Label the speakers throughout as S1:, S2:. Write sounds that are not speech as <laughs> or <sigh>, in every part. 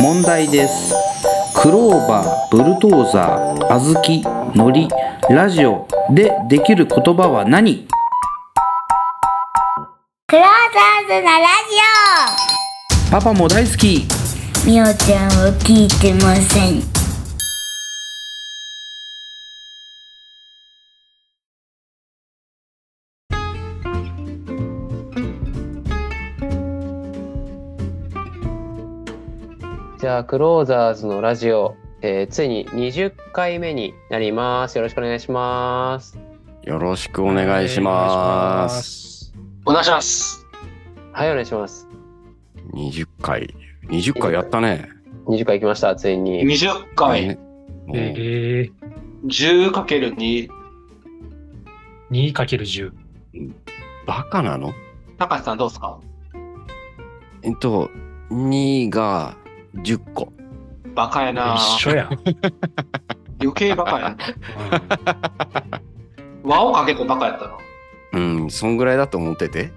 S1: 問題ですクローバーブルトーザー小豆のりラジオでできる言葉は何
S2: クローザーズのラ
S1: パパも大好き
S2: ジオみおちゃんは聞いてません
S3: じゃあ、クローザーズのラジオ、えーついに20回目になります。よろしくお願いします。
S4: よろしくお願いします。
S5: お願いします。
S3: はい、お願いします。
S4: 20回。20回やったね。
S3: 20回行きました、ついに。
S5: 20回、
S4: ね。もう
S6: え
S5: 10×2、
S6: ー、2×10。
S4: バカなの
S5: 高橋さんどうですか
S4: えっと、2が10個。
S5: バカやな
S6: 一緒
S7: <laughs>
S6: やん。うん
S5: 余計バカやな輪をかけてバカやったの
S4: うん、そんぐらいだと思ってて。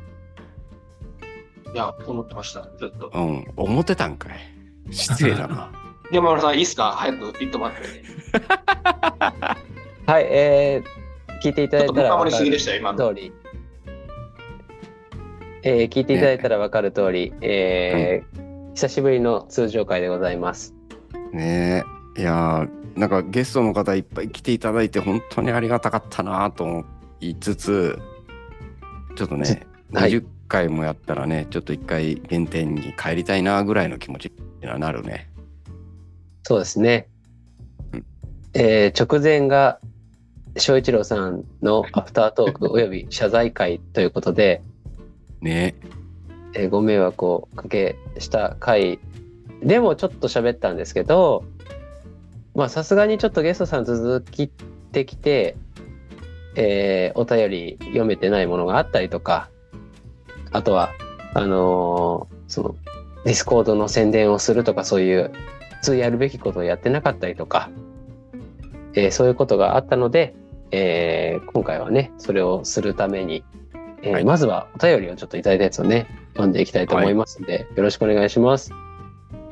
S5: いや、思ってました、ずっと。
S4: うん、思ってたんかい。失礼だ <laughs> な。
S5: 山村さん、いいっすか早く言ってもらって。ち
S3: はい、えー、聞いていた
S5: ょっ
S3: だい
S5: と
S3: た
S5: バ
S3: ら
S5: カ
S3: 分
S5: り
S3: か
S5: すぎで
S3: る
S5: したよ、今の。
S3: 通り。えー、聞いていただいたら分かる通り、えー、久しぶりの通常会でございます。
S4: ねえ。いやーなんかゲストの方いっぱい来ていただいて、本当にありがたかったなと言いつつ、ちょっとね、
S3: はい
S4: 20回もやったらね、ちょっと一回原点に帰りたいなぐらいの気持ちにはなるね。
S3: そうですね
S4: うん。
S3: えー直前が翔一郎さんのアフタートークおよび謝罪会ということで、
S4: ね
S3: えーご迷惑をおかけした回でもちょっと喋ったんですけどまあさすがにちょっとゲストさん続きてきて、えーお便り読めてないものがあったりとかあとはあのーそのディスコードの宣伝をするとかそういう普通やるべきことをやってなかったりとか、えーそういうことがあったので、えー今回はねそれをするために、えー
S4: はい
S3: まずはお便りをちょっといただいたやつをね読んでいきたいと思いますので、よろしくお願いします。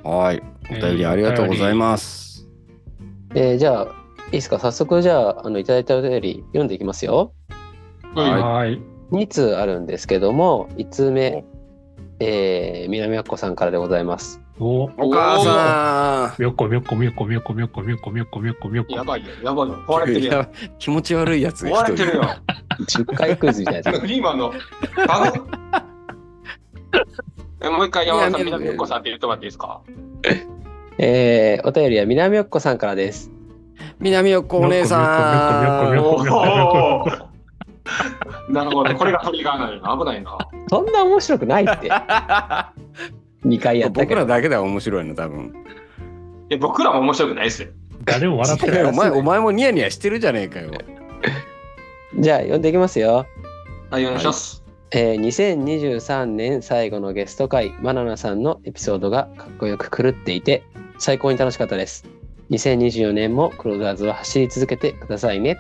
S4: はい。お便りありがとうございます。
S3: えーじゃあいいですか早速じゃああのいただいたお便り読んでいきますよ。
S5: は
S6: はーい。
S3: 2通あるんですけども1通目、えー、南あっこさんからでございます。
S6: お
S4: お母さ
S6: みょっこみょっこみょっこみょっこみょっこみょっこみょっこみょっこみょっ
S5: いや
S6: こ。
S5: ばいよ、やばいよ。壊れて
S4: ん
S5: るやん。
S4: <laughs> や気持ち悪いやつ
S5: 壊れてるよ。
S3: 10回クイズみたいなやつ。
S5: フリーマンのバグ。えもう一回山村さん、南っ子さんって言ってもらっていいですか
S3: えーお便りは南あっこさんからです。
S4: 南よこお姉さ
S6: みょっ
S4: ん
S6: こみょっこみょっこみょっこみょっこみょっこ
S5: おーなるほど、これがトリガーなのよ。危ないな。
S3: そんな面白くない
S4: <laughs>
S3: って。2回やったけ
S4: 僕
S3: ど
S4: ら。だけでは面白いの多分
S5: いや、僕らも面白くないですよ。
S6: 誰も笑ってない。
S4: お前お前もニヤニヤしてるじゃねえかよ
S3: じゃあ、読んでいきますよ。
S5: はい、お願いします。
S3: えー2023年最後のゲスト会、バナナさんのエピソードがかっこよく狂っていて、最高に楽しかったです。2024年もクローザーズは走り続けてくださいね。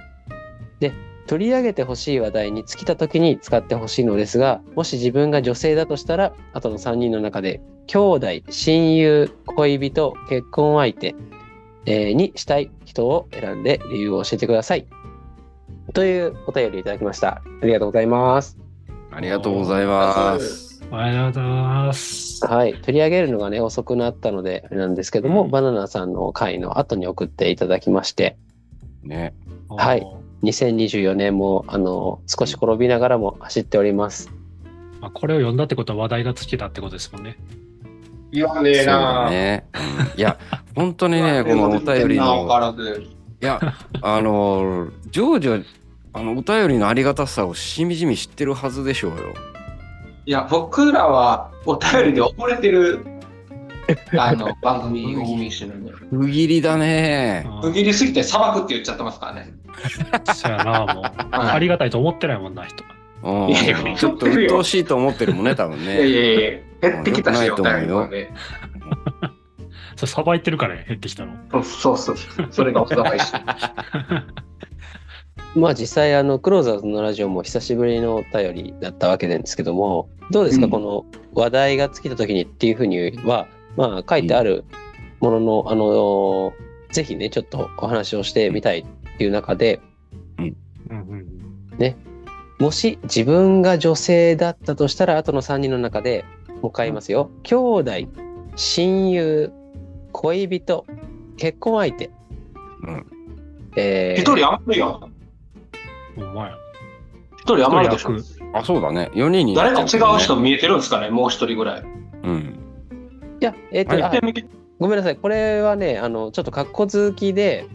S3: で、取り上げてほしい話題に尽きた時に使ってほしいのですが、もし自分が女性だとしたら、あとの3人の中で、兄弟、親友、恋人、結婚相手、えーにしたい人を選んで理由を教えてください。というお便りいただきました。ありがとうございます。
S4: ありがとうございます
S6: おはようございます。
S3: はい、取り上げるのがね遅くなったのであれなんですけども、バナナさんの回の後に送っていただきまして
S4: ね
S3: はい2024年もあの少し転びながらも走っております
S6: まあ、これを読んだってことは話題が尽きたってことですもんね。
S5: 言わね
S4: そうだね、うんいや本当に
S7: <laughs>
S4: ねこのお便りの
S5: 相変わらず
S4: いや、あの、ジョージは、あの、お便りのありがたさをしみじみ知ってるはずでしょうよ。
S5: いや、僕らはお便りで溺れてるあの番組を運営してるんで。
S4: 不義理だね。
S6: あ
S5: 区切りすぎて砂漠って言っちゃってますからね。
S6: ーそやな、
S7: <laughs>
S6: もう。ありがたいと思ってないもんな、人。
S4: うん
S5: いやいや
S4: ちょっと鬱陶しいと思ってる
S7: <laughs>
S4: もんね、多分
S5: いやい
S4: ね。
S5: やいや、減ってきたし、
S4: よ
S5: お
S4: くな
S5: 便
S4: い
S5: り
S4: と思
S5: が
S4: う
S5: ね。
S6: それ、さばいてるからね、減ってきたの。
S5: そうそうそう、それがお互い
S4: <laughs>
S5: し。
S3: まあ実際あのクローザーズのラジオも久しぶりのお便りだったわけなんですけどもどうですか、
S5: うん
S3: この話題が尽きた時にっていうふうにはまあ、書いてあるものの、あの、ぜひね、ちょっとお話をしてみたいっていう中で、
S6: うんうん
S3: もし自分が女性だったとしたら、後の3人の中で、もう一回言いますよ。兄弟、親友、恋人、結婚相手。
S4: うん
S3: えー
S7: 一人余るよ。
S6: うん。お前。
S7: 一人余るでしょ。
S6: 一
S4: あ、そうだね。4人にな
S7: 誰
S4: っ
S7: か
S4: ちゃ
S7: 違う人見えてるんですかね、もう一人ぐらい。
S4: うん。
S3: いや、えっ、と、あ
S7: 一人見て
S3: ごめんなさい。これはね、あの、ちょっと格好好きで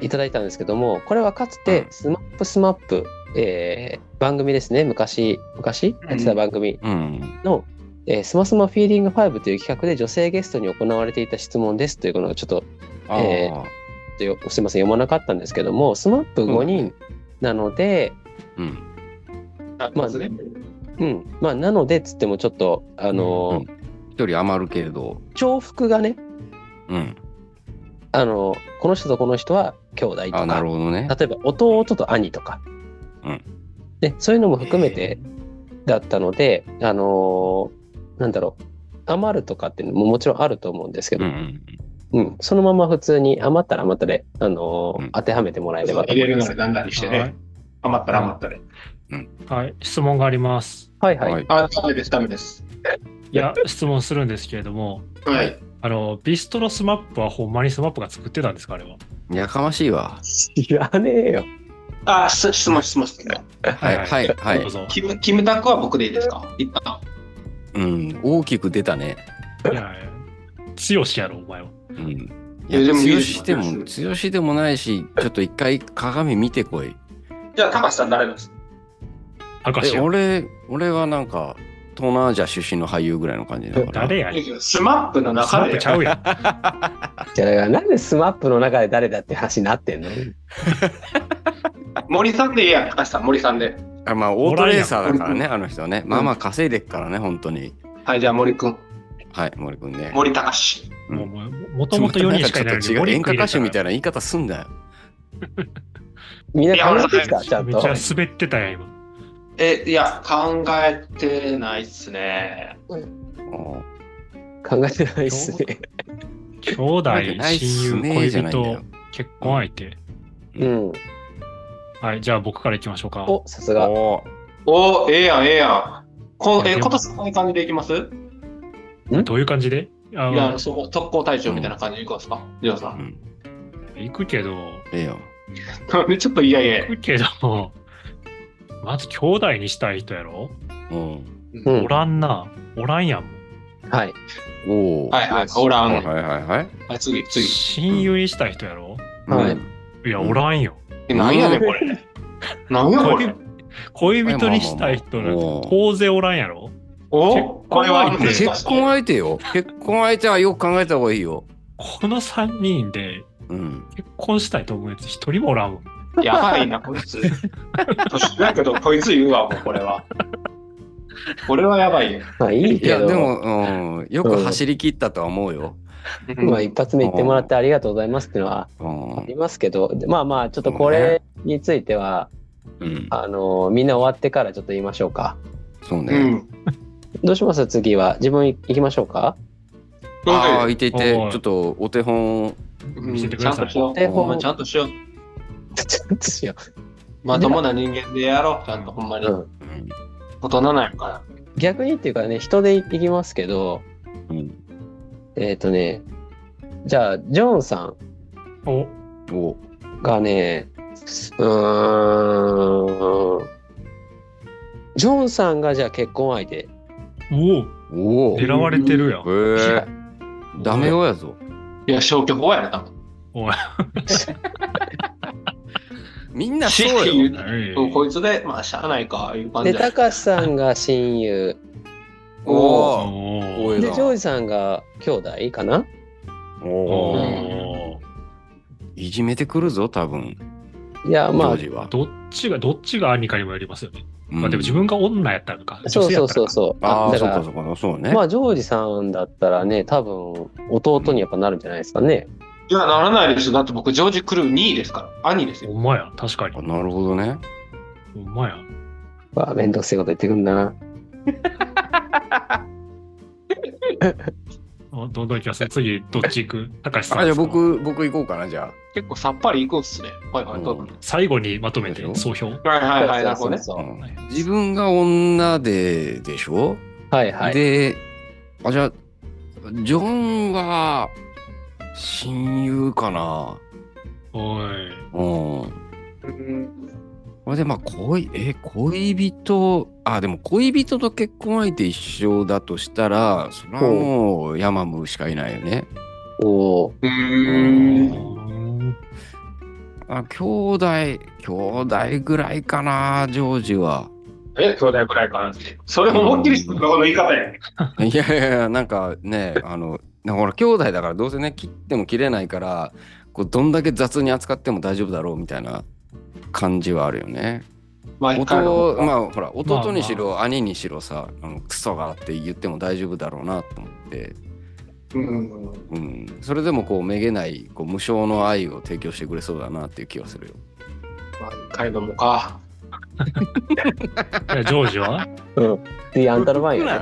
S3: いただいたんですけども、これはかつて
S4: う、
S3: スマップスマップ、えー番組ですね。昔、昔やってた番組
S4: うん。
S3: の、えースマスマフィーリング5という企画で女性ゲストに行われていた質問ですというのがちょっと、
S4: ああ、
S3: えちょっとよすいません、読まなかったんですけども、スマップ5人なので、
S4: うん。
S7: あまずね。
S3: うん、まあ、なので、つってもちょっと、あのー
S4: うん1人余るけれど、
S3: 重複がね、
S4: うん。
S3: あのーこの人とこの人は兄弟と
S4: あ
S3: か、
S4: なるほどね。
S3: 例えば弟と兄とか、
S4: うん
S3: ね、そういうのも含めてだったので、あのーなんだろう余るとかっていうのももちろんあると思うんですけ
S4: う
S3: ど、
S4: んう
S3: うん
S4: ん。
S3: そのまま普通に余ったら余ったで、あのー
S4: うん
S3: 当てはめてもらえればと
S7: 入
S3: 思
S7: れ
S3: い
S7: る
S3: ま
S7: な
S3: す
S7: ら。何々して
S6: はい
S7: ね。余ったら余ったで。
S6: はい、質問があります。
S3: はいはい。
S4: はい
S7: あ、ダメです、ダメです。
S6: いや、質問するんですけれども、
S7: はい。
S6: あの、ビストロスマップはほんまにスマップが作ってたんですか、あれは。
S4: やかましいわ。
S3: 知らねえよ。
S7: あ、す質問、質問、質問。
S4: はいはいは
S6: どう
S4: い。
S6: ぞ。
S7: キム、キムタクは僕でいいですか一旦。
S4: うん。大きく出たね。
S6: いやいや、強しやろ、お前は。
S4: うん。い
S7: いや
S4: や、
S7: でもいい
S4: 強
S7: です
S4: しでも、強しでもないし、ちょっと一回鏡見てこい。
S7: じゃあ、高橋さん誰です
S6: 博士
S4: え、
S6: よ。
S4: 俺、俺はなんか、東南アジア出身の俳優ぐらいの感じだから。
S6: 誰やねん
S7: スマップの
S6: スマ
S7: 中
S6: ップ
S7: で
S6: ち。ゃうやん。
S3: じゃあだからなんでスマップの中で誰だって話になってんの
S7: 森さんでいいやん、高橋さん、森さんで。
S4: あまあ、オートレーサーだから
S7: おらん
S4: ね、あの人はね。まあまあ、稼いでっからね、本当に。
S7: はい、じゃあ森くん。
S4: はい、森君ね。
S7: 森高志。
S4: うん
S6: もうもうもともと4人しかいないのに
S4: ちょっとなんかちょっと違う演歌歌手みた
S6: い
S4: いな言い方すんだよ。
S3: みんな考えてきた、ちゃん
S6: めっ
S3: と
S6: ちゃ。滑ってたやん、今。
S7: え、いや、考えてないっすね。
S4: お
S3: 考えてないっすね。
S6: 兄弟、
S4: なんかないっ
S6: 親
S4: す
S6: 友、
S4: ね
S6: 恋
S4: じゃないんだよ
S6: 人、結婚相手。
S4: う
S3: うんん。
S6: はい、じゃあ僕からいきましょうか。
S3: お、さす
S4: ー
S3: が。
S4: お
S7: おー、ええやん、ええやん。こ
S6: いや
S7: え
S6: でも
S7: 今年こういう感じでいきますい
S6: どういう感じであ
S7: や、あのそう特攻隊長みたいな感じでいきますか、ジョーさ。
S4: ー。うんん。
S6: 行くけど、
S4: ええよ。
S7: なんでちょっといやいや。
S6: 行くけど、 <laughs> まず兄弟にしたい人やろ
S4: うん。
S3: う
S6: お
S3: ん。
S6: らんな。おらんやんもん。
S3: はい。
S4: おお。
S7: はいはい、おら
S4: は
S7: ん。
S4: いはいはいはい。
S7: はい、次、次。
S6: 親友にしたい人やろ
S3: はい
S4: うん
S6: いや、
S4: うん
S6: おらんよ。
S7: え、なんやねん、これ。なんや、 <laughs> これ。
S6: 恋人にしたい人なんて
S4: おー
S6: 当然おらんやろ
S7: おこれは難しい。
S4: 結婚相手よ。結婚相手はよく考えた方がいいよ。
S6: この3人で
S4: うん。
S6: 結婚したいと思うやつ一人もおらんもん。
S7: やばいな、こいつ。年だけど、こいつ言うわ、もう、これは。これはやばいよ。
S3: まあいい
S4: い
S3: け
S4: や、
S3: ど。
S4: でも、うん、よく走り切ったとは思うよ。
S3: まあ一発目言ってもらってありがとうございますっていうのは
S4: うん
S3: あ。りますけど、でまあまあちょっとこれについては、
S4: うん。
S3: あのみんな終わってからちょっと言いましょうか。
S4: そう
S7: う
S4: ね。
S7: ん。
S3: どうします次は自分い行きましょうか。 <laughs>
S4: ああ、
S7: い。
S4: いていて、ち
S6: お
S4: ょ
S6: い
S4: っとお手本
S7: うん
S6: 見せてく
S7: ち
S6: だ
S7: ゃん
S6: さい
S7: としよ
S3: 手
S7: う。
S3: 本
S7: ほんまちゃんとしよう。
S3: ちょっとしよ
S7: まともな人間でやろう、ちゃんと、ほんま
S3: う
S7: に
S3: う。ん
S4: うん
S7: 大人なんやから。
S3: 逆にっていうかね人で行きますけど、
S4: うん。
S3: えっ、とねじゃあジョンさ
S6: お、
S4: お
S3: んがねうーんジョンさんがじゃあ結婚相手
S6: お
S4: お
S6: お、
S4: お。
S6: 狙われてるやん。
S4: へえ。ダメよやぞ。
S7: いや、消去法やな、多分。
S4: みんな
S7: 死っ
S4: そう
S7: て
S4: よ。
S7: 言う。こいつで、まあ、しゃあないか、いう感じ
S3: で
S7: や。
S3: たかしさんが親友
S4: お
S7: お
S6: お
S7: ー
S4: お
S6: お
S4: ー
S3: でジョージさんが兄弟かな
S4: お
S7: う
S4: お
S7: ん。
S6: お
S4: いじめてくるぞ、多分。
S3: いやまあ
S4: ジョージは。
S6: どっちが、どっちが兄かにもよりますよね。
S4: うん
S6: まあでも自分が女やったのか。
S3: そうそうそう
S6: 女性
S3: そう
S4: ああ、
S3: だ
S4: そ
S3: か
S4: うからそうか、そうね。
S3: まあジョージさんだったらね多分弟にやっぱなるんじゃないですかね、
S7: いや、ならないですよ。だって僕、ジョージ・クルー2位ですから。兄です
S6: やったのか。ほ
S7: よ。
S6: んまや、確かに
S4: あ。なるほどね。
S6: ほんまや。
S3: わあめんどくせえこと言ってくんだな
S6: おどどういきます次、どっち行く高橋さん
S4: あ、じ
S6: で
S4: ゃあ
S6: すか
S4: 僕、僕行こうかな、じゃ
S7: 結構さっぱりいくんですね。はいはい。どうぞ
S6: 最後にまとめて
S4: でし
S6: 総評。は
S5: はいはいはい、な
S3: そう
S5: る
S3: そ
S5: ほ
S3: う
S5: どね。
S3: そう
S4: あ。うん
S6: い
S4: 自分が女ででしょ
S3: はいはい。
S4: で、あ、じゃあ、ジョンは、親友かな。
S6: おい。
S4: うん。
S5: うん
S4: これで、まあ、恋、え、恋人、あ、でも恋人と結婚相手一緒だとしたら、それはもう、ヤマムしかいないよね。
S3: おお
S5: う
S6: う
S5: ーん。
S6: ん
S4: あ、兄弟、兄弟ぐらいかな、ジョージは。
S5: え、兄弟くらいかな。それも思いっきりしたこの言い方やね。
S4: <laughs> いやいやいや、なんかね、あの、なほら、兄弟だからどうせね、切っても切れないから、こうどんだけ雑に扱っても大丈夫だろうみたいな感じはあるよね。
S5: まあ、一回の
S4: 弟、
S5: 方が
S4: まあほら、弟にしろ、兄にしろさ、あのクソがって言っても大丈夫だろうなと思って、
S5: うん。
S4: うん、それでもこう、めげない、こう無償の愛を提供してくれそうだなっていう気はするよ。
S5: まあ、一回のもか。
S6: いやジョージは
S3: 次、アンタルバインよね。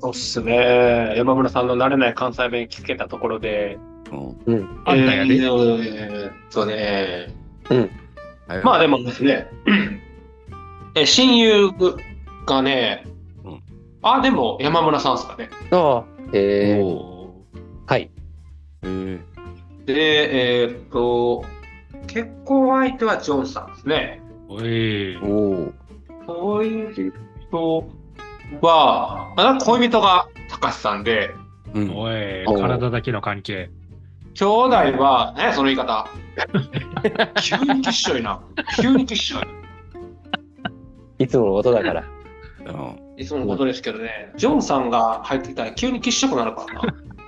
S7: そうっすね。山村さんの慣れない関西弁聞けたところで。
S4: うん
S6: あんたや
S5: え
S6: で。
S5: ーっとね。
S4: はい
S7: まあでもですね。え親友がね
S4: うん。
S7: あ、でも山村さんですかね。
S3: ああ。えー、はい。
S4: えー
S5: で、えーっと、結婚相手はジョンさんですね。
S6: おい。
S4: おー
S5: 恋人は、あ恋人が高橋さんで、
S4: うん
S6: おい。
S3: お
S6: 体だけの関係。
S5: 兄弟は、ね、その言い方。急にきっしょいな。急にきっしょい。
S3: いつものことだ
S4: <laughs>
S3: から。
S4: うん
S7: いつものことですけどね。ジョンさんが入ってきたら急にきっしょくなるか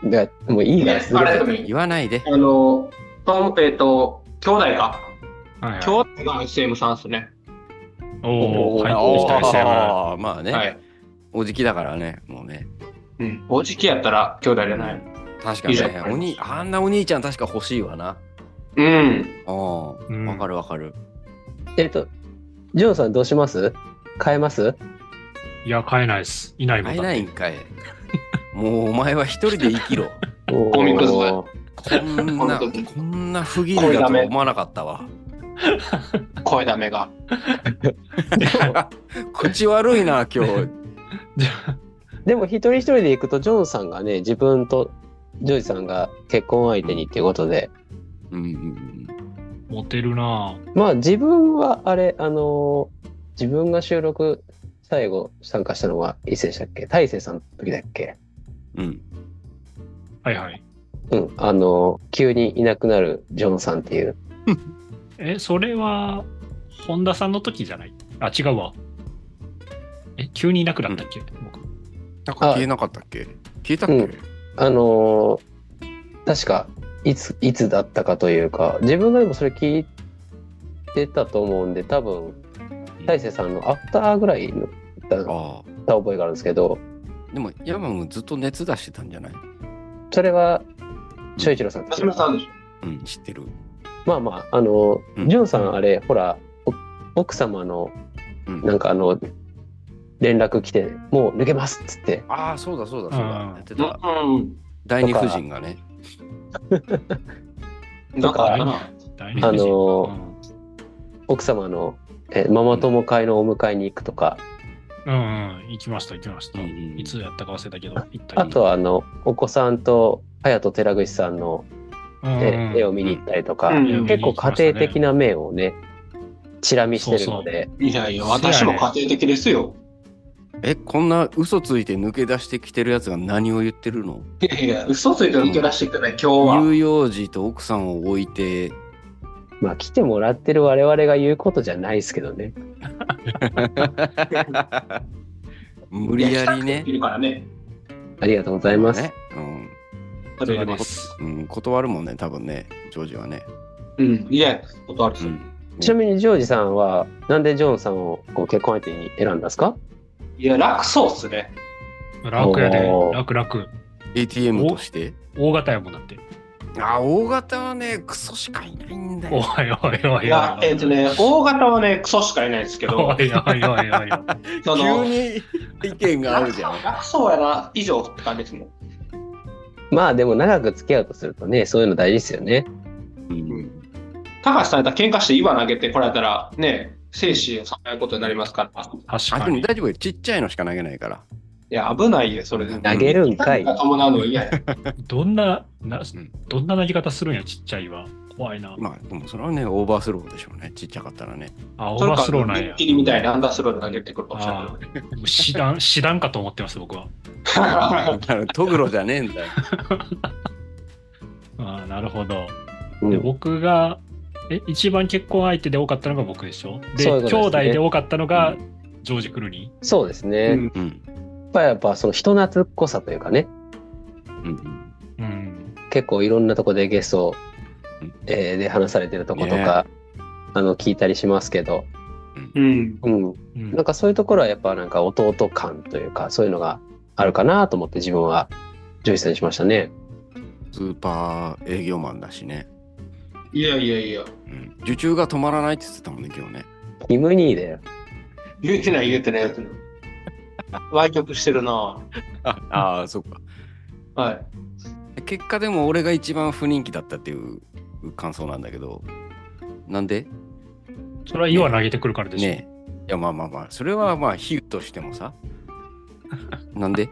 S7: らな。
S3: でもういいから
S5: ね
S3: 続
S5: あれ
S3: け
S5: で
S3: て。
S5: もいい
S4: 言わないで。
S5: あの、とえーっと、兄弟が、
S6: はいはい
S7: 兄弟が SM さんですね。
S6: おお。
S3: おー
S6: 入ってきたりしては
S4: あーまあね、
S7: はい。
S4: おじきだからね、もうね。
S7: うん。おじきやったら兄弟じゃない。
S4: 確かに
S7: いいじゃ
S4: ね、
S7: ん
S4: おにあんなお兄ちゃん確か欲しいわな。
S7: うん。
S4: ああ、
S6: うん
S4: わかるわかる。
S3: えっと、ジョンさんどうします変えます
S6: いや、買えないです。いないも
S4: 会え
S6: んだっ
S4: な
S6: て
S4: いんかい。もうお前は一人で生きろ。
S3: コ
S7: コミックズ
S4: こんな、
S7: 本当に
S4: こんな不義理だとは思わなかったわ。
S7: 声だめが。
S4: 口悪いな、今日。
S3: でも一人一人で行くと、ジョンさんがね、自分とジョージさんが結婚相手にっていうことで、
S4: うんうん
S6: <laughs> モテるなぁ
S3: まあ自分はあれ、あのー自分が収録最後参加したのは、いつでしたっけ大勢さんの時だっけ
S4: うん。うん。
S6: はいはい。
S3: うん、あのー急にいなくなるジョンさんっていう。
S6: え、それは、本田さんの時じゃないあ、違うわ。え、急にいなくなったっけ、僕
S4: なんか消えなかったっけ消えたっけ、
S3: うんあのー確か、いつ、いつだったかというか、自分がでもそれ聞いてたと思うんで、多分、大勢さんのアフターぐらいのだっ
S4: あ
S3: た覚えがあるんですけど、
S4: あ。でも、ヤマムずっと熱出してたんじゃない
S3: それは、翔一郎さんです
S7: 松村さんでしょ。
S4: うん、知ってる。
S3: まあまあ、あの、
S4: うん
S3: ジョンさんあれ、ほら、お奥様の、
S4: うん
S3: なんかあの、連絡来て、もう抜けますっつって、
S4: ああ、そうだそうだそうだ。
S6: うん
S4: やってた。
S7: うん。
S4: 第二夫人がね。
S7: なんかあった
S6: と
S7: な。
S6: 大変
S3: あ
S6: だし
S3: の奥様の、えママ友会のお迎えに行くとか、
S6: うん、うんうん、行きました、行きました。
S4: うんうんうん
S6: いつやったか忘れたけど、行ったり
S3: あとはあの、お子さんと、隼人寺口さんの、
S6: うん
S3: え
S6: うん
S3: 絵を見に行ったりとか、
S7: うん
S3: 結構家庭的な面をね、チラ見してるので、
S7: いやいや、私も家庭的ですよ。
S4: え、こんな嘘ついて抜け出してきてるやつが何を言ってるの
S7: いやいや、嘘ついて抜け出してきてない、今日は。
S4: 乳幼児と奥さんを置いて、
S3: まあ来てもらってる我々が言うことじゃないですけどね。
S4: 無理やりね
S7: い。るからね。
S3: ありがとうございます。
S4: ね
S7: それで
S4: うんうん、断るもんね、多分ね、ジョージはね。
S7: うん。いや、断る。
S4: うん
S3: ちなみにジョージさんは、なんでジョンさんをこう結婚相手に選んだんですか
S7: いや、楽そうっすね。
S6: 楽やで
S3: お、ー
S6: 楽楽。
S4: ATM として。
S6: 大型やもんだって。
S4: あ、大型はね、クソしかいないんだ
S6: おい
S4: よ。
S6: おいお
S7: い
S6: い
S7: や、えっ、とね、大型はね、クソしかいないですけ
S6: お <laughs> い
S7: ど、
S6: おいおいおい。
S7: そ
S4: 急
S7: の、
S4: に意見があるじゃん。
S7: 楽そうやな、以上って感じですね。
S3: まあでも長く付き合うとするとね、そういうの大事ですよね。
S7: 高橋さんやったら喧嘩して岩投げてこられたら、ね、生死をさまようことになりますから。
S6: 確
S4: あ、
S6: か
S4: でも
S6: に。
S4: 大丈夫よ。ちっちゃいのしか投げないから。
S7: いや、危ないよ、それで。
S3: 投げるんかい。
S7: 伴うの嫌や。
S6: どんな、なんどんな投げ方するんや、ちっちゃいは。怖いな。
S4: まあ、でもそれはね、オーバースローでしょうね。ちっちゃかったらね。
S6: あ、オーバースローな
S7: そ
S6: ん
S7: れか
S6: や
S7: 一。気にみたいなアンダースローで投げてくるかもしれ
S6: あーもう知らん、知らんかと思ってます、僕は。
S7: な
S4: だ
S7: い。
S4: から、トグロじゃねえんだよ。
S6: あーなるほど。
S3: う
S6: で
S3: ん
S6: 僕がえ一番結婚相手で多かったのが僕でしょで
S3: そういうことで
S6: 兄
S3: すね
S6: 弟で多かったのがジョージ・クルーニ
S3: そうですね。
S7: うん
S4: うん。
S3: やっぱやっぱその人懐っこさというかね、
S4: うん。
S6: ー。うん。
S3: 結構いろんなとこでゲスト、えーで話されてるとことか、あの聞いたりしますけど、
S7: <laughs> うん。
S3: うん、
S6: うん
S3: なんかそういうところはやっぱなんか弟感というかそういうのがあるかなと思って自分はジョイスにしましたね。
S4: スーパー営業マンだしね。
S5: いやいやいや。
S4: うん。受注が止まらないって言ってたもんね、今日ね。
S3: キムニーだよ。
S7: 言うてない、言うてない。歪曲してるな。
S4: ああー、そっか。
S7: はい。
S4: 結果でも俺が一番不人気だったっていう感想なんだけど。なんで
S6: それは岩投げてくるからでしょ。
S4: ねえ。いやまあまあまあ、それはまあ比喩としても <laughs> さ。なんで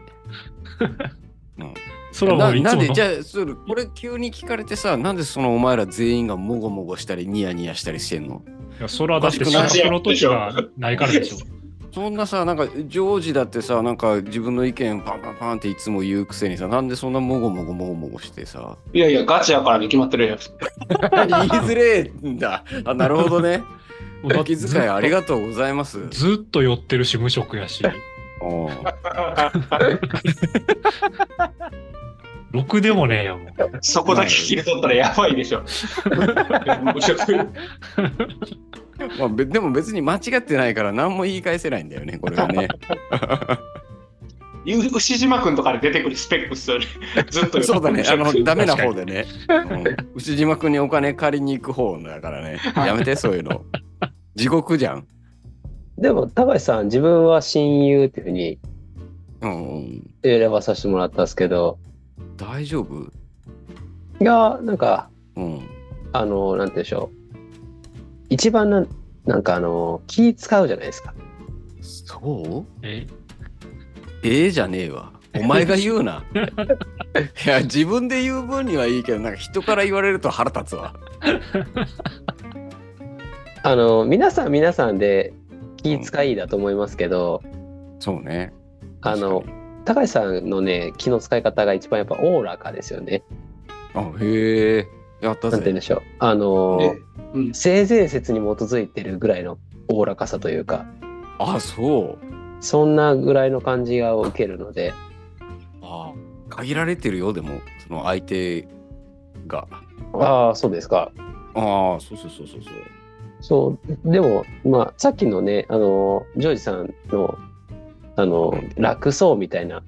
S6: それはもうい
S4: な
S6: つ
S4: ん
S6: も
S4: で
S6: の
S4: じゃあそれこれ急に聞かれてさ、なんでそのお前ら全員がもごもごしたりニヤニヤしたりしてんの
S6: いやそれはだって
S4: おかし
S6: 資
S4: くない
S6: 格の時がないからでしょ。
S4: そんなさ、なんかジョージだってさ、なんか自分の意見パンパンパンっていつも言うくせにさ、なんでそんなもごもごもごもごしてさ。
S7: いやいや、ガチやからに決まってるやん。
S4: 言いづれえんだ。あ、なるほど <laughs> ね。
S6: お
S4: お気 <laughs> 遣いあり
S6: が
S4: がとうございます。
S6: ずっと寄ってるし無職
S3: <laughs>
S6: やし、
S4: おう
S6: ろくでもねえよもう。
S7: そこだけ切り取ったらやばいでしょ。無職
S4: まあ、べでも別に間違ってないから何も言い返せないんだよね、これはね。
S7: ゆ牛島君とかで出てくるスペックっすよね。ずっ
S4: <laughs>
S7: と。
S4: そうだね、あの、ダメな方でね。
S6: に
S4: うん牛島君にお金借りに行く方だからね。やめて、そういうの。地獄じゃん。
S3: でも高橋さん自分は親友っていうふうに
S4: うん、
S3: 選ばさせてもらったんですけど
S4: 大丈夫
S3: がなんか
S4: うん。
S3: あのなんて言うんでしょう一番なんなんかあの気使うじゃないですか。
S4: そう
S6: え
S4: ええじゃねえわ。お前が言う <laughs> な。いや、自分で言う分にはいいけど、なんか人から言われると腹立つわ。
S3: あの皆さん皆さんで気使いだと思いますけど、
S4: そうね。
S3: あの高橋さんのね気の使い方が一番やっぱおおらかですよね。
S4: 確かに、あ、へえ。やった
S3: なんて言うんで
S4: ぜ。
S3: しょうあの、
S7: ねうん
S3: 性善説に基づいてるぐらいのおおらかさというか
S4: あ、そう。
S3: そんなぐらいの感じが受けるので
S4: ああ限られてるよでもその相手が
S3: ああそうですか
S4: ああそうそうそうそうそう
S3: そうでもまあさっきのねあのジョージさんのあの楽そうみたいな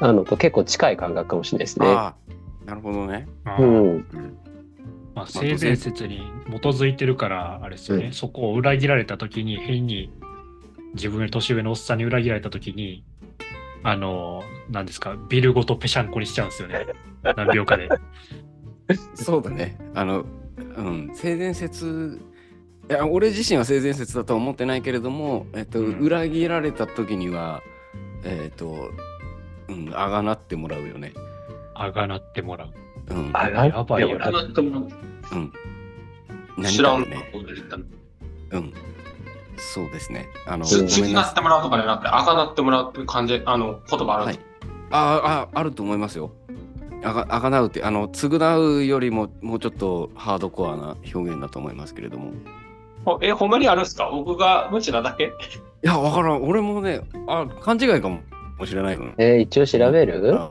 S3: あのと結構近い感覚かもしれないですね。
S4: ああなるほどね、
S6: まあ
S3: うん、
S4: うん、
S6: まあ、性善説に基づいてるから、あれですよね、
S3: うん
S6: そこを裏切られたときに、変に自分より年上のおっさんに裏切られたときに、あの、なんですか、ビルごとぺしゃんこにしちゃうんで
S3: <laughs>
S6: すよね、何秒かで。
S4: そうだねあのうん性善説いや俺自身は性善説だとは思ってないけれども、えっと
S6: うん
S4: 裏切られた時にはえっとうんあがなってもらうよね
S6: あがなってもらう。
S4: うん
S3: あな
S6: やばいよ
S3: いや。
S4: 何
S5: 知
S4: から
S5: ん
S4: も
S5: の
S4: ね
S5: ことで言ったの
S4: うんそうですねあの
S5: ず
S3: う
S5: っ
S3: ん
S5: となってもらうとかじゃなくて、あかなってもらうっていう感じ、あの、言葉あるん
S4: は
S5: で
S4: い
S5: す、
S4: あああると思いますよ。あがあがなうってあの償うよりももうちょっとハードコアな表現だと思いますけれども。い
S7: ほえ、ほんまにあるんすか僕が無知なだけ
S4: やわからん俺もねあ勘違いかもしれない分。
S3: えー一応調べる
S4: あ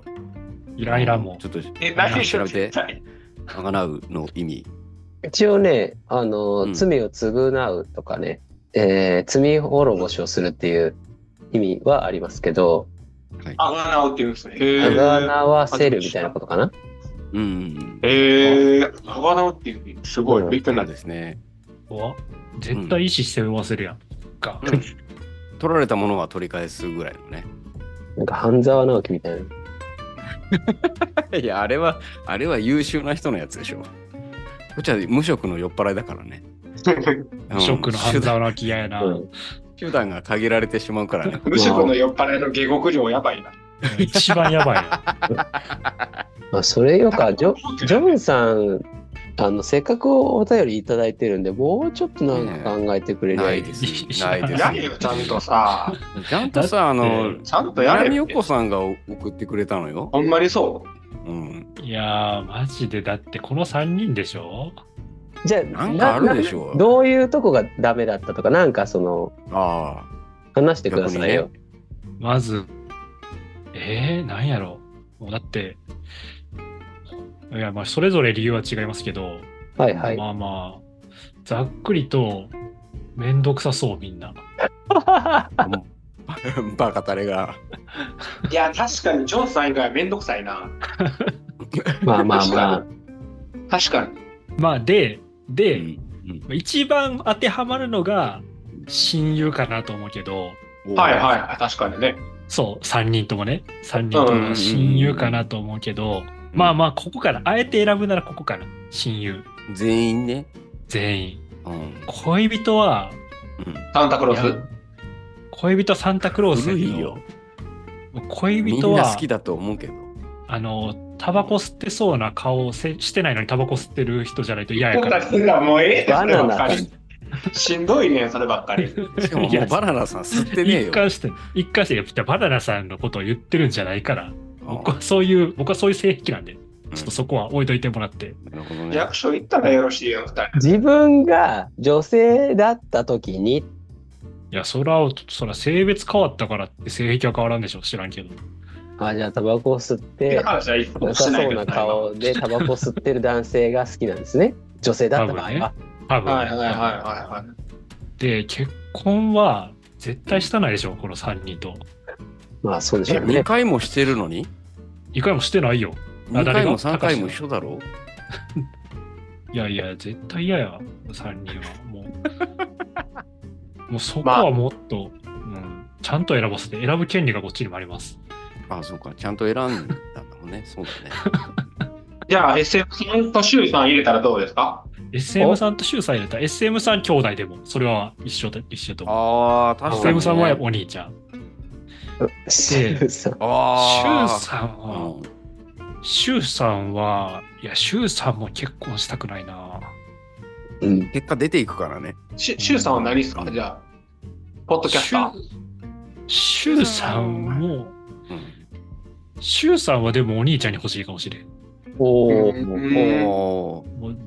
S6: イライラも
S4: ち。ょっと
S7: え、
S4: あ
S7: 何
S4: 調べて
S7: 絶対
S4: あがなうの意味。
S3: 一応ね、あの、
S4: うん
S3: 罪を償うとかね、えー罪滅ぼしをするっていう意味はありますけど、
S4: はい、
S7: あがなうって言うんですね。
S3: あ
S7: へ
S3: が
S7: ー
S3: なわせるみたいなことかな。
S4: うんうん
S7: へえー、長直っていう、すごい勉強
S4: うん。
S7: に
S4: な
S7: なる
S4: ん。ですね。
S6: 怖っ絶対意思して忘れるやん。か。
S4: 取られたものは取り返すぐらいのね。
S3: なんか半沢直樹みたいな。
S4: <laughs> いや、あれは、あれは優秀な人のやつでしょ。こっちは無職の酔っ払いだからね。うん
S6: ショックの半沢直樹嫌やな。
S3: う
S6: うんん
S4: 手段が限られてしまうからね。
S7: <laughs> 無職の酔っ払いの下克上やばいな。
S6: 一番やばいな。
S3: まあ、それよか、ジョジョンさん、あの、せっかくお便りいただいてるんで、もうちょっとなんか考えてくれりゃ
S4: ないい
S3: い
S4: で
S3: です。
S4: す。ないで
S7: やれよ、
S4: す。
S7: ちゃんと <laughs> さ。
S4: ちゃんとさ、あの、
S7: ちゃんとやれ
S4: 南
S7: よ。
S4: 横さんが送ってくれたのよ。
S7: ほんまにそう。
S4: うん。
S6: いやー、マジで、だってこの3人でしょ
S3: じゃあ、
S4: なんかあるでしょ
S3: などういうとこがダメだったとか、なんかその、
S4: ああ。
S3: 話してくださいよ。
S6: まず、えー、なんやろもうだって、いや、まあ、それぞれ理由は違いますけど、
S3: はいはい。
S6: まあまあ、ざっくりと、めんどくさそう、みんな。
S4: <laughs> バカタレが。
S7: いや、確かにジョンさん以外はめんどくさいな。
S3: まあまあまあ。
S7: 確かに。
S6: まあ、で、
S4: う
S6: で、
S4: ん
S6: まあ一番当てはまるのが、親友かなと思うけど、
S7: はいはいはい、確かにね。
S6: そう、3人ともね、3人とも親友かなと思うけど、まあまあ、ここから、あえて選ぶならここかな、親友、
S4: い。全員ね。
S6: 全員。
S4: うん。
S6: 恋人は、
S7: サンタクロー
S6: い
S7: ス
S6: や。恋人はサンタクロースや
S4: 古
S6: けど
S4: いよ。
S6: 恋
S4: み
S6: 人
S4: んな
S6: は
S4: 好きだと思う <laughs> けど。
S6: あのタバコ吸ってそうな顔をせしてないのにタバコ吸ってる人じゃないと嫌や
S7: 僕
S6: から
S7: たちがもうええって
S3: バ
S7: それ
S3: ナ
S7: ばっか
S3: ナ。
S7: り。しんどいねん、そればっかり。
S4: しかも
S6: い
S4: も
S6: や
S4: うバナナさん吸ってねえ
S6: 一
S4: よ。
S6: 貫して一貫していやバナナさんのことを言ってるんじゃないから僕
S4: あ
S6: はそういう僕はそういう性癖なんでち
S4: あ
S6: ょっとそこは置いといてもらって、
S4: なるほどね。
S7: 役所行ったらよろしいよ、二人。
S3: 自分が女性だった時に、
S6: いやそらそら性別変わったからって性癖は変わらんでしょ知らんけど
S3: あじゃあタバコを吸っ
S7: って
S3: て、
S7: 話は一
S3: 良
S7: 本
S3: さ
S7: しない
S3: そう
S7: け
S3: な
S7: ど
S3: 顔でタバコ吸ってる男性が好きなんですね。女性だった場合は。
S6: 多分、
S7: はいはいはいはいはい。
S6: で結婚は絶対したないでしょこの3人と
S3: まあそうでしょう
S4: 2
S3: ね。
S4: 回もしてるのに
S6: 一回もしてないよ
S4: ?2
S6: 誰
S4: 回
S6: が
S4: も3回も一緒だろ
S6: いやいや、絶対嫌や、3人は。も
S4: <laughs>
S6: う、もうそこはもっと、うん、ちゃんと選ばせて、選ぶ権利がこっちにもあります。
S4: ああ、そうか。ちゃんと選んだんだも <laughs> んね。そうだね。
S7: じゃあ、SF とシュウさん入れたらどうですか
S6: SM さんと秀さん入れた SM さん兄弟でも、それは一緒だ、一緒と思う。
S4: ああ、確かに、ね。
S6: SM さんはお兄ちゃん。
S3: シさん。
S4: あ
S6: 秀
S4: あ。
S6: さん
S4: う
S6: は
S4: ん、
S6: 秀さんは、いや、秀さんも結婚したくないな。
S3: うん。
S4: 結果出ていくからね。
S7: シュシュウさんは何ですかじゃあ、ポッドキャスター。
S6: 秀さんも、
S4: うん
S6: 秀さんはでもお兄ちゃんに欲しいかもしれん。
S3: おお。
S7: うん
S4: おー
S6: もう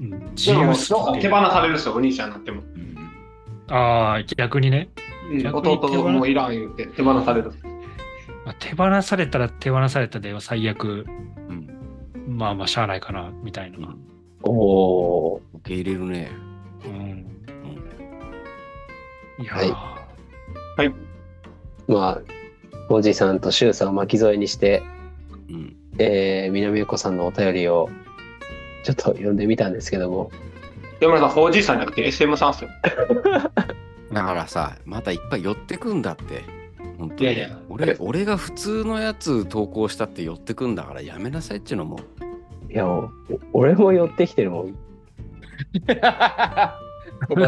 S6: うん自
S7: でも、
S6: 由
S7: なん
S6: すぎ
S7: か
S6: て
S7: 手放されるんですよ、お兄ちゃんになっても。
S6: ああ、逆にね。
S7: うん
S6: 逆に手放
S7: 弟もいらん言うて、手放される。
S6: まあ、手放されたら手放されたで最悪、
S4: うん
S6: まあまあしゃあないかな、みたいな。
S3: おお。
S4: 受け入れるね。
S6: うん。いやー、
S3: まあ、おじさんとシュウさんを巻き添えにして、
S4: うん。
S3: えー、南ゆこさんのお便りをちょっと読んでみたんですけども。
S7: 山田さん、ほうじいさんじゃなくて SM さんっすよ。
S4: だからさ、またいっぱい寄ってくんだって。本当に
S7: いやいや
S4: 俺俺が普通のやつ投稿したって寄ってくんだからやめなさいっちゅうのも。
S3: いやもう、お俺も寄ってきてるも
S4: <laughs>
S3: ん。
S4: 小ば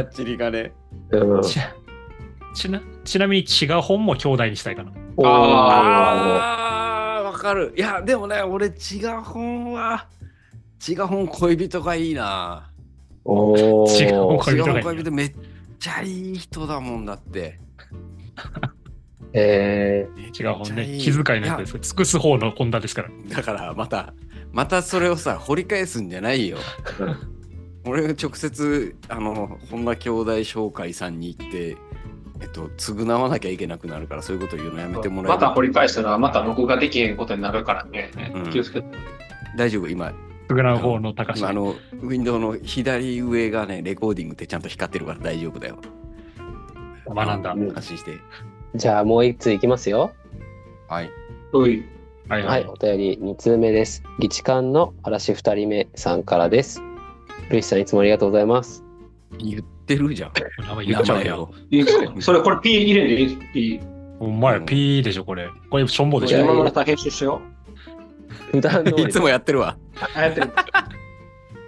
S4: っちりがね。
S3: うん、
S6: ちちなちなみに違う本も兄弟にしたいかな。
S3: おー
S4: ああ、わかる。いや、でもね、俺、違う本は、違う本恋人がいいな。
S3: おー
S6: 違
S4: 違
S6: う恋
S4: う
S6: 人がいいな
S4: 本恋人めっちゃいい人だもんだって。
S3: え
S6: 違う本ね。
S4: めっちゃ
S6: 気遣いのやつです。尽くす方の本田ですから。
S4: いやだから、また、またそれをさ、掘り返すんじゃないよ。俺が直接、あの、本田兄弟紹介さんに行って、えっと、償わなきゃいけなくなるから、そういうこと言うのやめてもらえる
S7: また掘り返したら、また録画できへんことになるからね
S4: うん。
S7: 気をつけて。
S4: 大丈夫、今、
S6: 償う方の高橋
S4: 今あ。の、ウィンドウの左上がね、レコーディングってちゃんと光ってるから大丈夫だよ。
S6: 学んだ。
S4: 安心して。
S3: ー、じゃあもう一ついきますよ。
S4: はい。
S7: おい。
S6: はいは
S3: はいい、。お便り2通目です。議事館の嵐2人目さんからです。ルイスさん、いつもありがとうございます。
S4: 言ってるじゃん。
S6: 名前言っ
S4: 名
S6: ちゃう
S4: 前
S6: よ。
S4: を。
S7: いいですかそれ、これ P 入れんでいいです ?P。
S6: お前、ピーでしょ、これ。これ、しょんぼでし
S3: いや
S6: ょ。
S7: 山村さん編集しよ
S3: 普段通り
S4: いつもやってるわ。
S7: う。あやってる。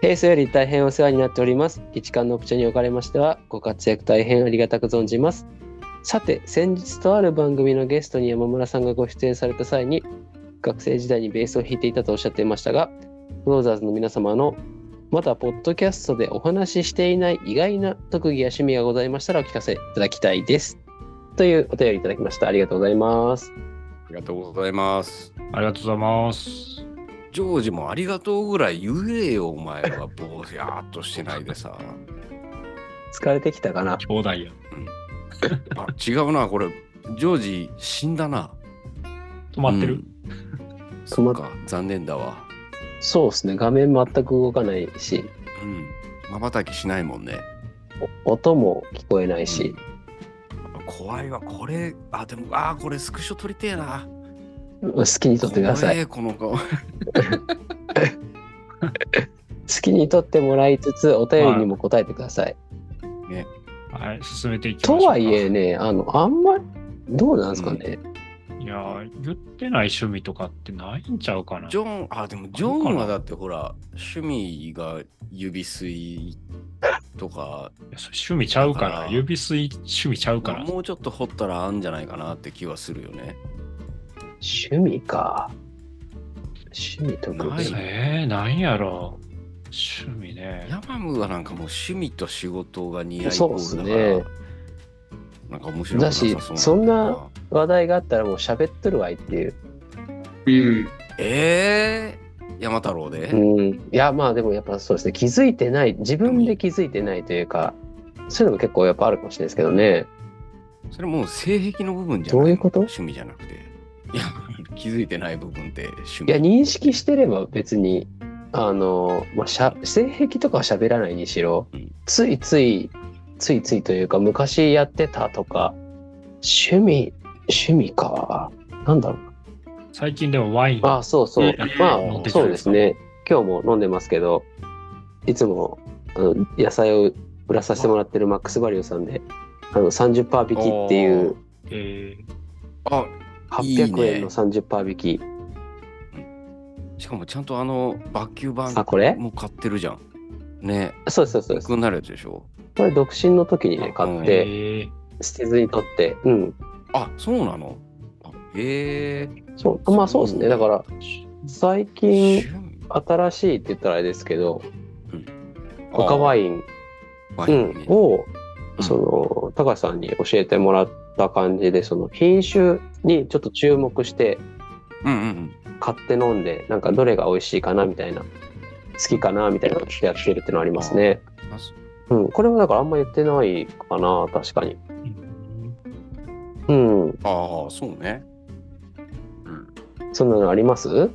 S3: 平素より大変お世話になっております。一館のオプチャにおかれましては、ご活躍大変ありがたく存じます。さて、先日とある番組のゲストに山村さんがご出演された際に、学生時代にベースを弾いていたとおっしゃっていましたが、クローザーズの皆様の、まだポッドキャストでお話ししていない意外な特技や趣味がございましたらお聞かせいただきたいです。というお便りいただきました。ありがとうございます。
S4: ありがとうございます。
S6: ありがとうございます。
S4: ジョージもありがとうぐらい言えよ、お前は。ぼうやーっとしてないでさ。
S3: 疲れてきたかな
S6: 兄弟や。
S4: あ、違うな、これ。ジョージ、死んだな。
S6: 止まってる。
S4: うん。そっか、残念だわ。
S3: そうですね。画面全く動かないし、
S4: うん。まばたきしないもんね。
S3: お音も聞こえないし。
S4: 怖いわ、これ。あ、でも、あー、これスクショ撮りてえな。
S3: 好きに撮ってください。
S4: 怖えこの顔。
S3: 好きに撮ってもらいつつ、お便りにも答えてください。
S6: はい、進めていきましょ
S3: と
S6: う。
S3: はいえ。ね、あの、あんまり、どうなんですかね。
S6: いやー、言ってない趣味とかってないんちゃうかな。
S4: ジョン、あ、でもジョンはだってほら、趣味が指吸いとか、
S6: いやそれ趣味ちゃうか。
S4: だからら
S6: 指吸い趣味ちゃうから。
S4: もうちょっと掘ったらあんじゃないかなって気はするよね。
S3: 趣味か。趣味とか。
S4: ない
S6: えー、なんやろう。趣味ね。
S4: ヤマムはなんかもう趣味と仕事が似合い
S3: そう
S4: ゴ
S3: っ
S4: ー
S3: す
S4: ルだ
S3: ね
S4: から、なんか面白い
S3: だしそんな話題があったらもう喋っとるわいっていう。
S7: うん。
S4: えー、山太郎で、
S3: うん。いや、まあでもやっぱそうですね。気づいてない、自分で気づいてないというか、そういうのも結構やっぱあるかもしれないですけどね。
S4: それもう性癖の部分じゃない
S3: どういうこと
S4: 趣味じゃなくて。いや、 <laughs> 気づいてない部分って趣味。
S3: いや、認識してれば別に、あの、まあ、しゃ性癖とかは喋らないにしろ
S4: うん、
S3: ついつい、ついついというか、昔やってたとか、趣味、趣味か。なんだろう。
S6: 最近でもワイン。
S3: ああ、そうそう。ま
S6: 持って
S3: あ、
S6: きた
S3: そ
S6: ん
S3: う
S6: で
S3: ですす
S6: か
S3: ね。今日も飲んでますけど、いつも、あの野菜を売らさせてもらってるマックスバリューさんで、あの、30%引きっていう、
S6: えー
S4: あ、いいね
S3: 800円の30%引き。
S4: しかもちゃんとあの、バッキュー版
S3: あ、これ
S4: もう買ってるじゃん。ね、
S3: そうそうそうそう。
S4: 僕になるやつでしょ。
S3: これ、独身の時にね、買っ
S4: え
S3: て、
S6: え
S3: 捨てずに取って、うん。
S4: あ、そうなのあへえ。
S3: そう、まあそうですね。だから、最近
S4: 趣味
S3: 新しいって言ったらあれですけど、赤
S4: あ
S3: ワイン、
S4: ワ
S3: う
S4: イン
S3: ん
S4: ね、
S3: を
S4: う、ん
S3: その、高橋さんに教えてもらった感じで、その品種にちょっと注目して
S4: うんうんうん。
S3: 買って飲んで、なんかどれが美味しいかなみたいな、好きかなみたいなのをやってるっていうのはありますね。
S4: あそ
S3: うん、これはだからあんま言ってないかな、確かに。
S6: うん
S3: うん、
S4: ああ、そうね。うん。
S3: そんなのあります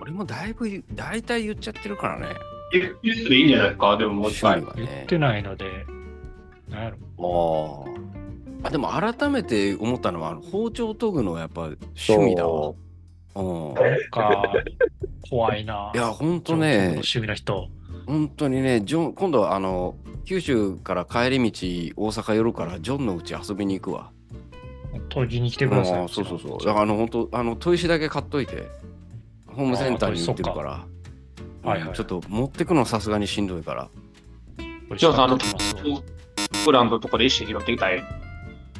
S4: 俺もだいぶ、大体言っちゃってるからね。
S7: 言うでいいんじゃないですかでももう一回。
S4: 趣味は
S6: 言っ
S4: ね。
S6: てないので、
S4: <laughs>
S6: なんやろ。
S4: ああ。あ、でも改めて思ったのは、あの包丁研ぐのはやっぱ趣味だわ。うん。
S6: なんか、怖いな。
S4: いや、ほんと
S6: ちょっと
S4: ね、
S6: 趣味な人。
S4: 本当にね、ジョン、今度はあの、九州から帰り道、大阪寄るから、ジョンのうち遊びに行くわ。
S6: 研ぎに来てくださ
S4: あ
S6: い。
S4: ーそうそうそう。だからあの本当あの砥石だけ買っといてホームセンターに売ってるから。
S6: かはいはい
S4: うんちょっと持ってくのさすがにしんどいから。
S6: これ
S7: じゃあ、あの、
S6: 仕方ないですよ
S7: ブランドとかで石拾ってきたらえ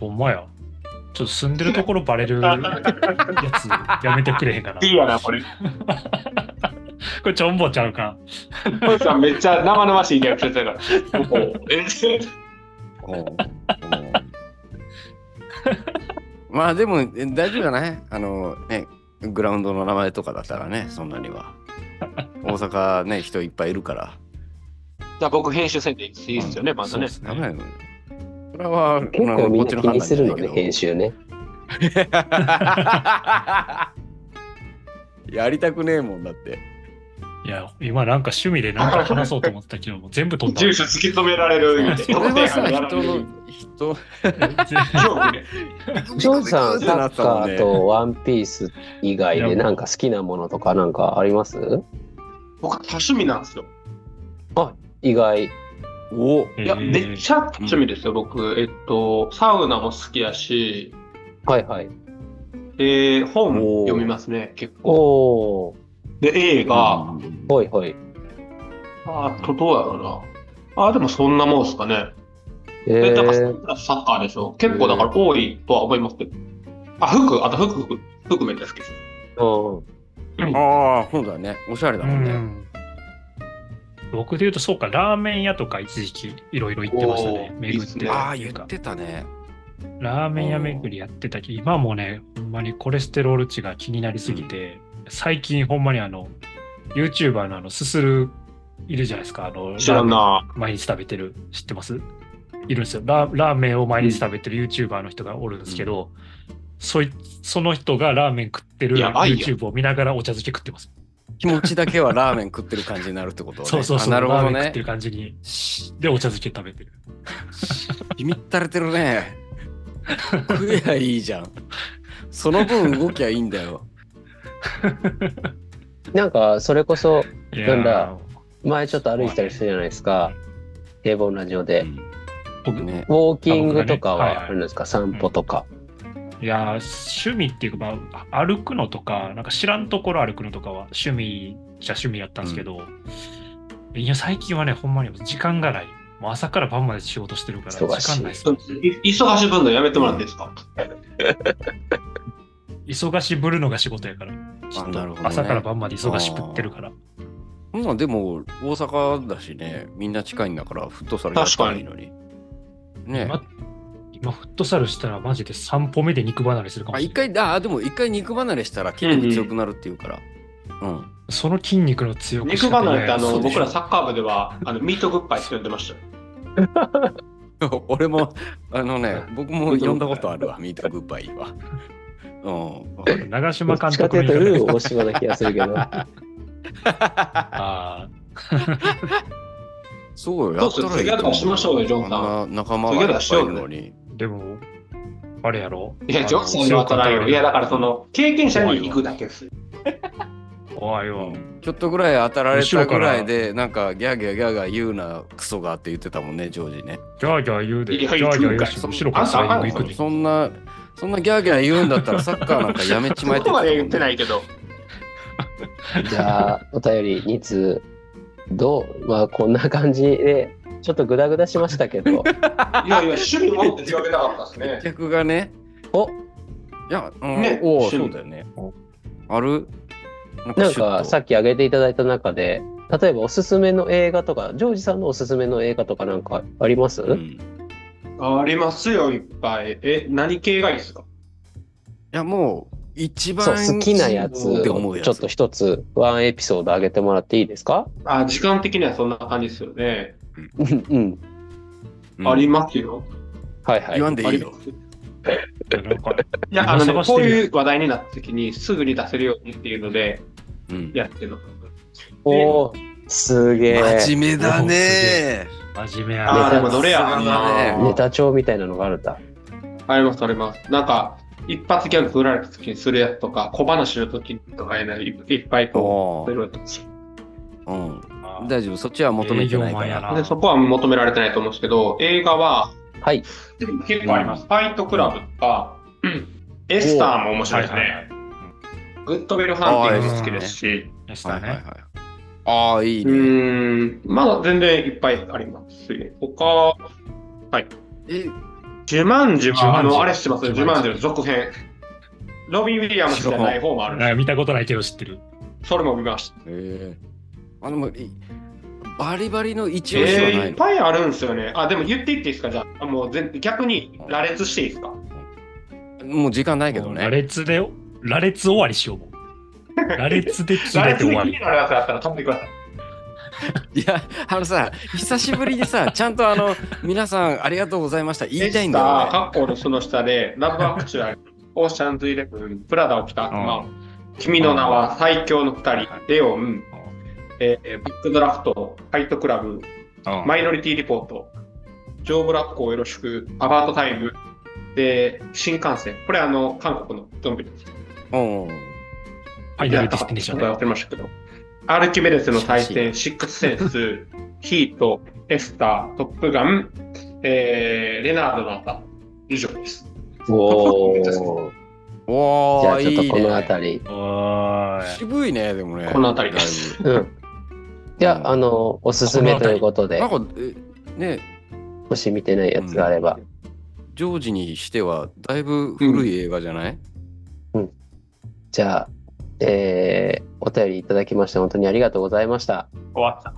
S6: ほんまや。ちょっと住んでるところ
S4: <laughs>
S6: バレるやつやめてくれへんかな。
S7: えいいやな、これ。こ
S6: これちょんぼちゃうか。
S7: れさ、めっちゃ生々しいリアクションしてたから。もうえ
S4: まあでもえ大丈夫じゃないあのね、グラウンドの名前とかだったらね、そんなには。大阪ね、人いっぱいいるから。
S7: じゃあ僕編集せんでいいです
S4: <laughs>
S7: よね、まずね。
S6: す
S4: ダメだよ。それは、
S3: 結
S4: まあ
S3: 構みんな気にするの
S4: こっち
S3: ね、
S4: 判断じゃ <laughs> ない
S3: 編集ね。
S4: けどやりたくねえもんだって。
S6: いや、今なんか趣味でなんか話そうと思ってたけど、もう全部飛んだ。
S7: 住所突き止められるみたい
S4: それ
S7: な。
S4: はさ、
S7: や
S4: 人
S7: られる
S4: の、人、
S7: 恐怖ね
S3: ジョージさん、
S4: ビクビクって
S3: サ
S4: な
S3: ッ
S4: っ
S3: カ
S4: たもん
S3: ー
S4: ね
S3: とワンピース以外でなんか好きなものとかなんかあります
S7: 僕、多趣味なんですよ。
S3: 意外。
S4: お
S6: えー
S7: いや、めっちゃ多趣味ですよ、僕。えっと、サウナも好きやし、
S3: はいはい。
S7: で、本
S4: おー
S7: 読みますね、結構。
S3: おー。
S7: で、映画、
S3: はいはい。
S7: あとどうやろうな。あ、でもそんなもんですかね。
S3: え
S7: で、だから
S3: ー、
S7: サッカーでしょ。結構だから多いとは思いますけど。あ、服、あと服、服、服めっちゃ好きです。
S3: うん。
S4: ああ、そうだね。おしゃれだもん
S6: う
S4: ね。
S6: ん僕で言うと、そうか、ラーメン屋とか一時期いろいろ行ってましたね。
S7: おー
S6: 巡
S7: いい
S6: っ
S7: っす
S6: て
S7: ね
S4: あ
S6: た
S4: あ、
S6: ってい
S4: 言
S6: うか
S4: ってたね。
S6: ラーメン屋巡りやってたけど、今もね、ほんまにコレステロール値が気になりすぎて、最近ほんまにあの、YouTuber のあの、すするいるじゃないですか。あの、
S7: 知らんな。
S6: 毎日食べてる知ってますいるんですよララーメンを毎日食べてる YouTuber の人がおるんですけど、そいその人がラーメン食ってる
S7: やばいよ
S6: YouTube を見ながらお茶漬け食ってます、
S4: 気持ちだけはラーメン食ってる感じになるってことね
S6: そうそうそう
S4: あなるほど
S6: ラーメン食っ
S4: ね
S6: て。る感じに
S4: し
S6: でお茶漬け食べてる
S4: ひみったれてるね。食えばいいじゃん。その分動きゃいいんだよ。
S3: なんか、それこそ、
S6: いや
S3: な
S6: ー
S3: んだ前ちょっと歩いてたりしたじゃないですか。平凡ラジオで。
S6: 僕
S4: ね
S3: ウ。ォーキングとか
S6: あ僕がねはいはい
S3: はあるんですか、散歩とか。
S6: いやー趣味っていうか、まあ、歩くのとかなんか知らんところ歩くのとかは趣味じゃ趣味やったんですけど、いや最近はねほんまに時間がないもう朝から晩まで仕事してるから時
S3: 忙しい
S6: 間ないです
S7: い忙しぶんのやめてもらっていいですか
S6: 忙しぶるのが仕事やから。ちょっ
S4: なるほど
S6: と
S4: ね
S6: 朝から晩まで忙しぶってるから。
S4: まあでも大阪だしね、みんな近いんだから、フットサルやったらいいのに。ね
S6: 今、今フットサルしたらマジで3歩目で肉離れするかも
S4: あ
S6: しれ
S4: 一
S6: ない。
S4: 回、ああ、でも一回肉離れしたら筋肉強くなるっていうから。うん。 <laughs>
S6: その筋肉の強く
S7: 肉離れってあ
S4: そ
S7: の
S4: うでしょ
S7: 僕らサッカー部ではあのミートグッバイって呼んで
S4: <laughs>
S7: ましたよ。
S4: 俺も、あのね、僕も呼んだことあるわ、ミートグッバイは。うんわかる。
S6: 長
S3: ど
S6: 嶋
S3: っ
S6: 監
S3: ちかと
S6: 督
S3: いう
S6: に
S3: と、ルー
S6: 言われ
S3: 大島な気がするけ <laughs> ど。
S6: たあ
S4: そうよ、
S7: そ
S4: やっ
S7: うそう
S4: たらいいと思
S7: トゥギャダーしましょうよジョンさん
S4: あんな仲間がいっぱいいるのに。
S6: ーでも、あれやろ。
S7: いや、ジョークさんに
S6: は
S7: は当たらんよ。いや、だからその、経験者に行くだけです。
S6: 怖いわ。
S4: ちょっとぐらい当たられたぐらいで、なんかギャーギャーギャーギャー言うなクソがって言ってたもんね、ジョージね。
S6: ギャーギャー言うで、
S7: い
S6: ギャ
S7: や
S6: ーギャー言う
S7: 行くんかい
S6: し、後ろからスライディング行くで。
S4: そんな、そんなギャーギャー言うんだったらサッカーなんかやめち
S7: そ
S4: まえって
S7: こまで言っ
S4: た
S7: て
S4: もんね
S7: ないけど。
S3: じゃあ、お便り2通。どうまあ、こんな感じで、ちょっとグダグダしましたけど。
S7: いやいや、趣味持って広げたかったですね。
S4: 客がね、
S3: お
S4: いや、うん
S7: ね
S4: おお、
S7: 趣味
S4: そうだよね。あるなん
S3: なん
S4: シュッ
S3: か、
S4: と
S3: さっき挙げていただいた中で、例えばおすすめの映画とか、ジョージさんのおすすめの映画とかなんかあります、
S4: うんい
S7: ありますよ、いっぱい。え、何系がいいですか
S4: や、もう、一番
S3: そう、好きなやつ
S4: いいって思
S3: を
S4: うやつ。
S3: ちょっと一つ、ワンエピソード上げてもらっていいですか
S7: あ、時間的にはそんな感じですよね。
S3: うんうん。
S4: うん
S7: ありますよ。
S3: はいはい
S4: 言。わんで
S7: あ
S4: い
S7: り
S4: い
S7: ま
S4: よ。
S7: すい
S6: なんか
S7: や、あの
S6: 今探
S7: ね、
S6: して
S7: こう
S6: る
S7: いう話題になった時にすぐに出せるようにっていうので、
S4: うん
S7: やってるの。
S3: おー、すげえ。
S4: 真面目だね。
S6: 真面目や
S7: あ
S6: な
S7: ー、でもどれや
S4: さすがだね
S3: ネタ帳みたいなのがあるんだ。
S7: あります、あります。なんか、一発ギャグ振られた時にするやつとか、小話の時とかにねいいっぱい
S4: お
S7: こう、い
S4: ー
S7: ろいろと
S4: うん。
S6: あー
S4: 大丈夫、そっちは求めてないか
S6: 営業マンや
S4: ら。
S6: な
S7: でそこは求められてないと思うんですけど、映画は
S3: はい。
S7: 結構あります。ファイトクラブとか、うんエスターも面白いです
S6: はいはいは
S7: ね。
S6: い
S7: グッドベルハンティングも好きですし、
S6: です
S4: は
S6: か
S4: いはいはい
S6: ね。。
S4: ああ、いいうね。
S7: ーん、まあ全然いっぱいありますし、他、
S4: え、
S7: ジュマンジは、あ
S6: ジュマンジ
S7: の、あれ知ってますジ
S6: ジュ
S7: ュ
S6: マ
S7: マ
S6: ン
S7: ン
S6: ジ
S7: ジの続編。ロビン・ウィリアムスじゃない方もあるん
S6: なん
S7: で
S6: か見たことないけど知ってる。
S7: すそれも見ました。
S4: えー、あのもういバリバリの一押し
S7: え
S4: は
S7: ー、
S4: ないい
S7: っ
S4: の、
S7: ぱいあるんですよね。あ、でも言っていっていいですかじゃあ、もう全逆に羅列していいですか
S4: もう時間ないけど
S6: もう羅
S4: ね。
S6: 列で、羅列終わりしようもう。羅列で切
S7: 羅
S6: れて
S7: 列
S6: 終
S7: で気
S6: わ
S7: <laughs> に
S6: り。
S7: なるやつだったら飛んでください。
S4: いや、あのさ、久しぶりに <laughs> さ、ちゃんとあの、皆さんありがとうございました。言いたいんだ
S7: エスター
S4: よ、ね。
S7: カッコのその下で、ラブアクチュアリー、オーシャンズイレブン、プラダを着た悪魔、君の名は最強の二人、レオン、えービッグドラフト、ファイトクラブ、
S4: うん
S7: マイノリティリポート、ジョー・ブラックをよろしく、アバートタイム、で、新幹線。これあの、韓国のドンビリ。
S4: うん。
S6: ファイナルディスティネーション
S7: や
S6: ね
S7: ってましたけど。アルキメデスの対戦、シックスセンス、 <laughs> ヒート、エスター、トップガン、えー、レナードの歌、以上です。
S3: おー
S4: <laughs> お
S3: じゃあ
S4: ー、
S3: ちょっ
S4: い
S3: と
S4: い
S3: この
S4: ね。
S3: 辺り。
S6: おーい。
S4: 渋いね、でもね。
S7: この辺りで
S4: だい
S7: す。
S3: うん。じゃあ、あの、おすすめということ
S4: ぶ
S3: で
S4: な、んか、えね、
S3: もし見てないやつがあれば。
S4: ジョージにしては、だいぶ古い映画じゃない
S3: じゃあ、えー、お便りいただきまして、本当にありがとうございました。
S7: 終わった。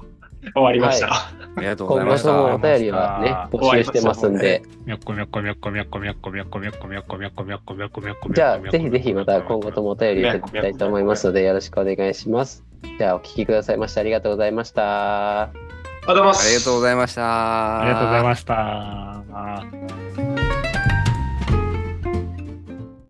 S7: 終わりました。
S4: ありがとうござ
S3: 今
S4: いま
S3: 後
S4: し
S3: ともお
S4: た。
S3: 便りはね、募集してますんで、
S6: みょっこみょっこみょっこみょっこみょっこみょっこみょっこみょっこみょっこみょっこみょっこみょっこみょっこみょっこみょっこ
S3: じゃあ、ぜひぜひまた今後ともお便りいただきたいと思いますので、よろしくお願いします。じゃあ、お聞きくださいましてありがとうございました。
S7: ありがとうございます。
S4: ありがとうございました。
S6: ありがとうございました。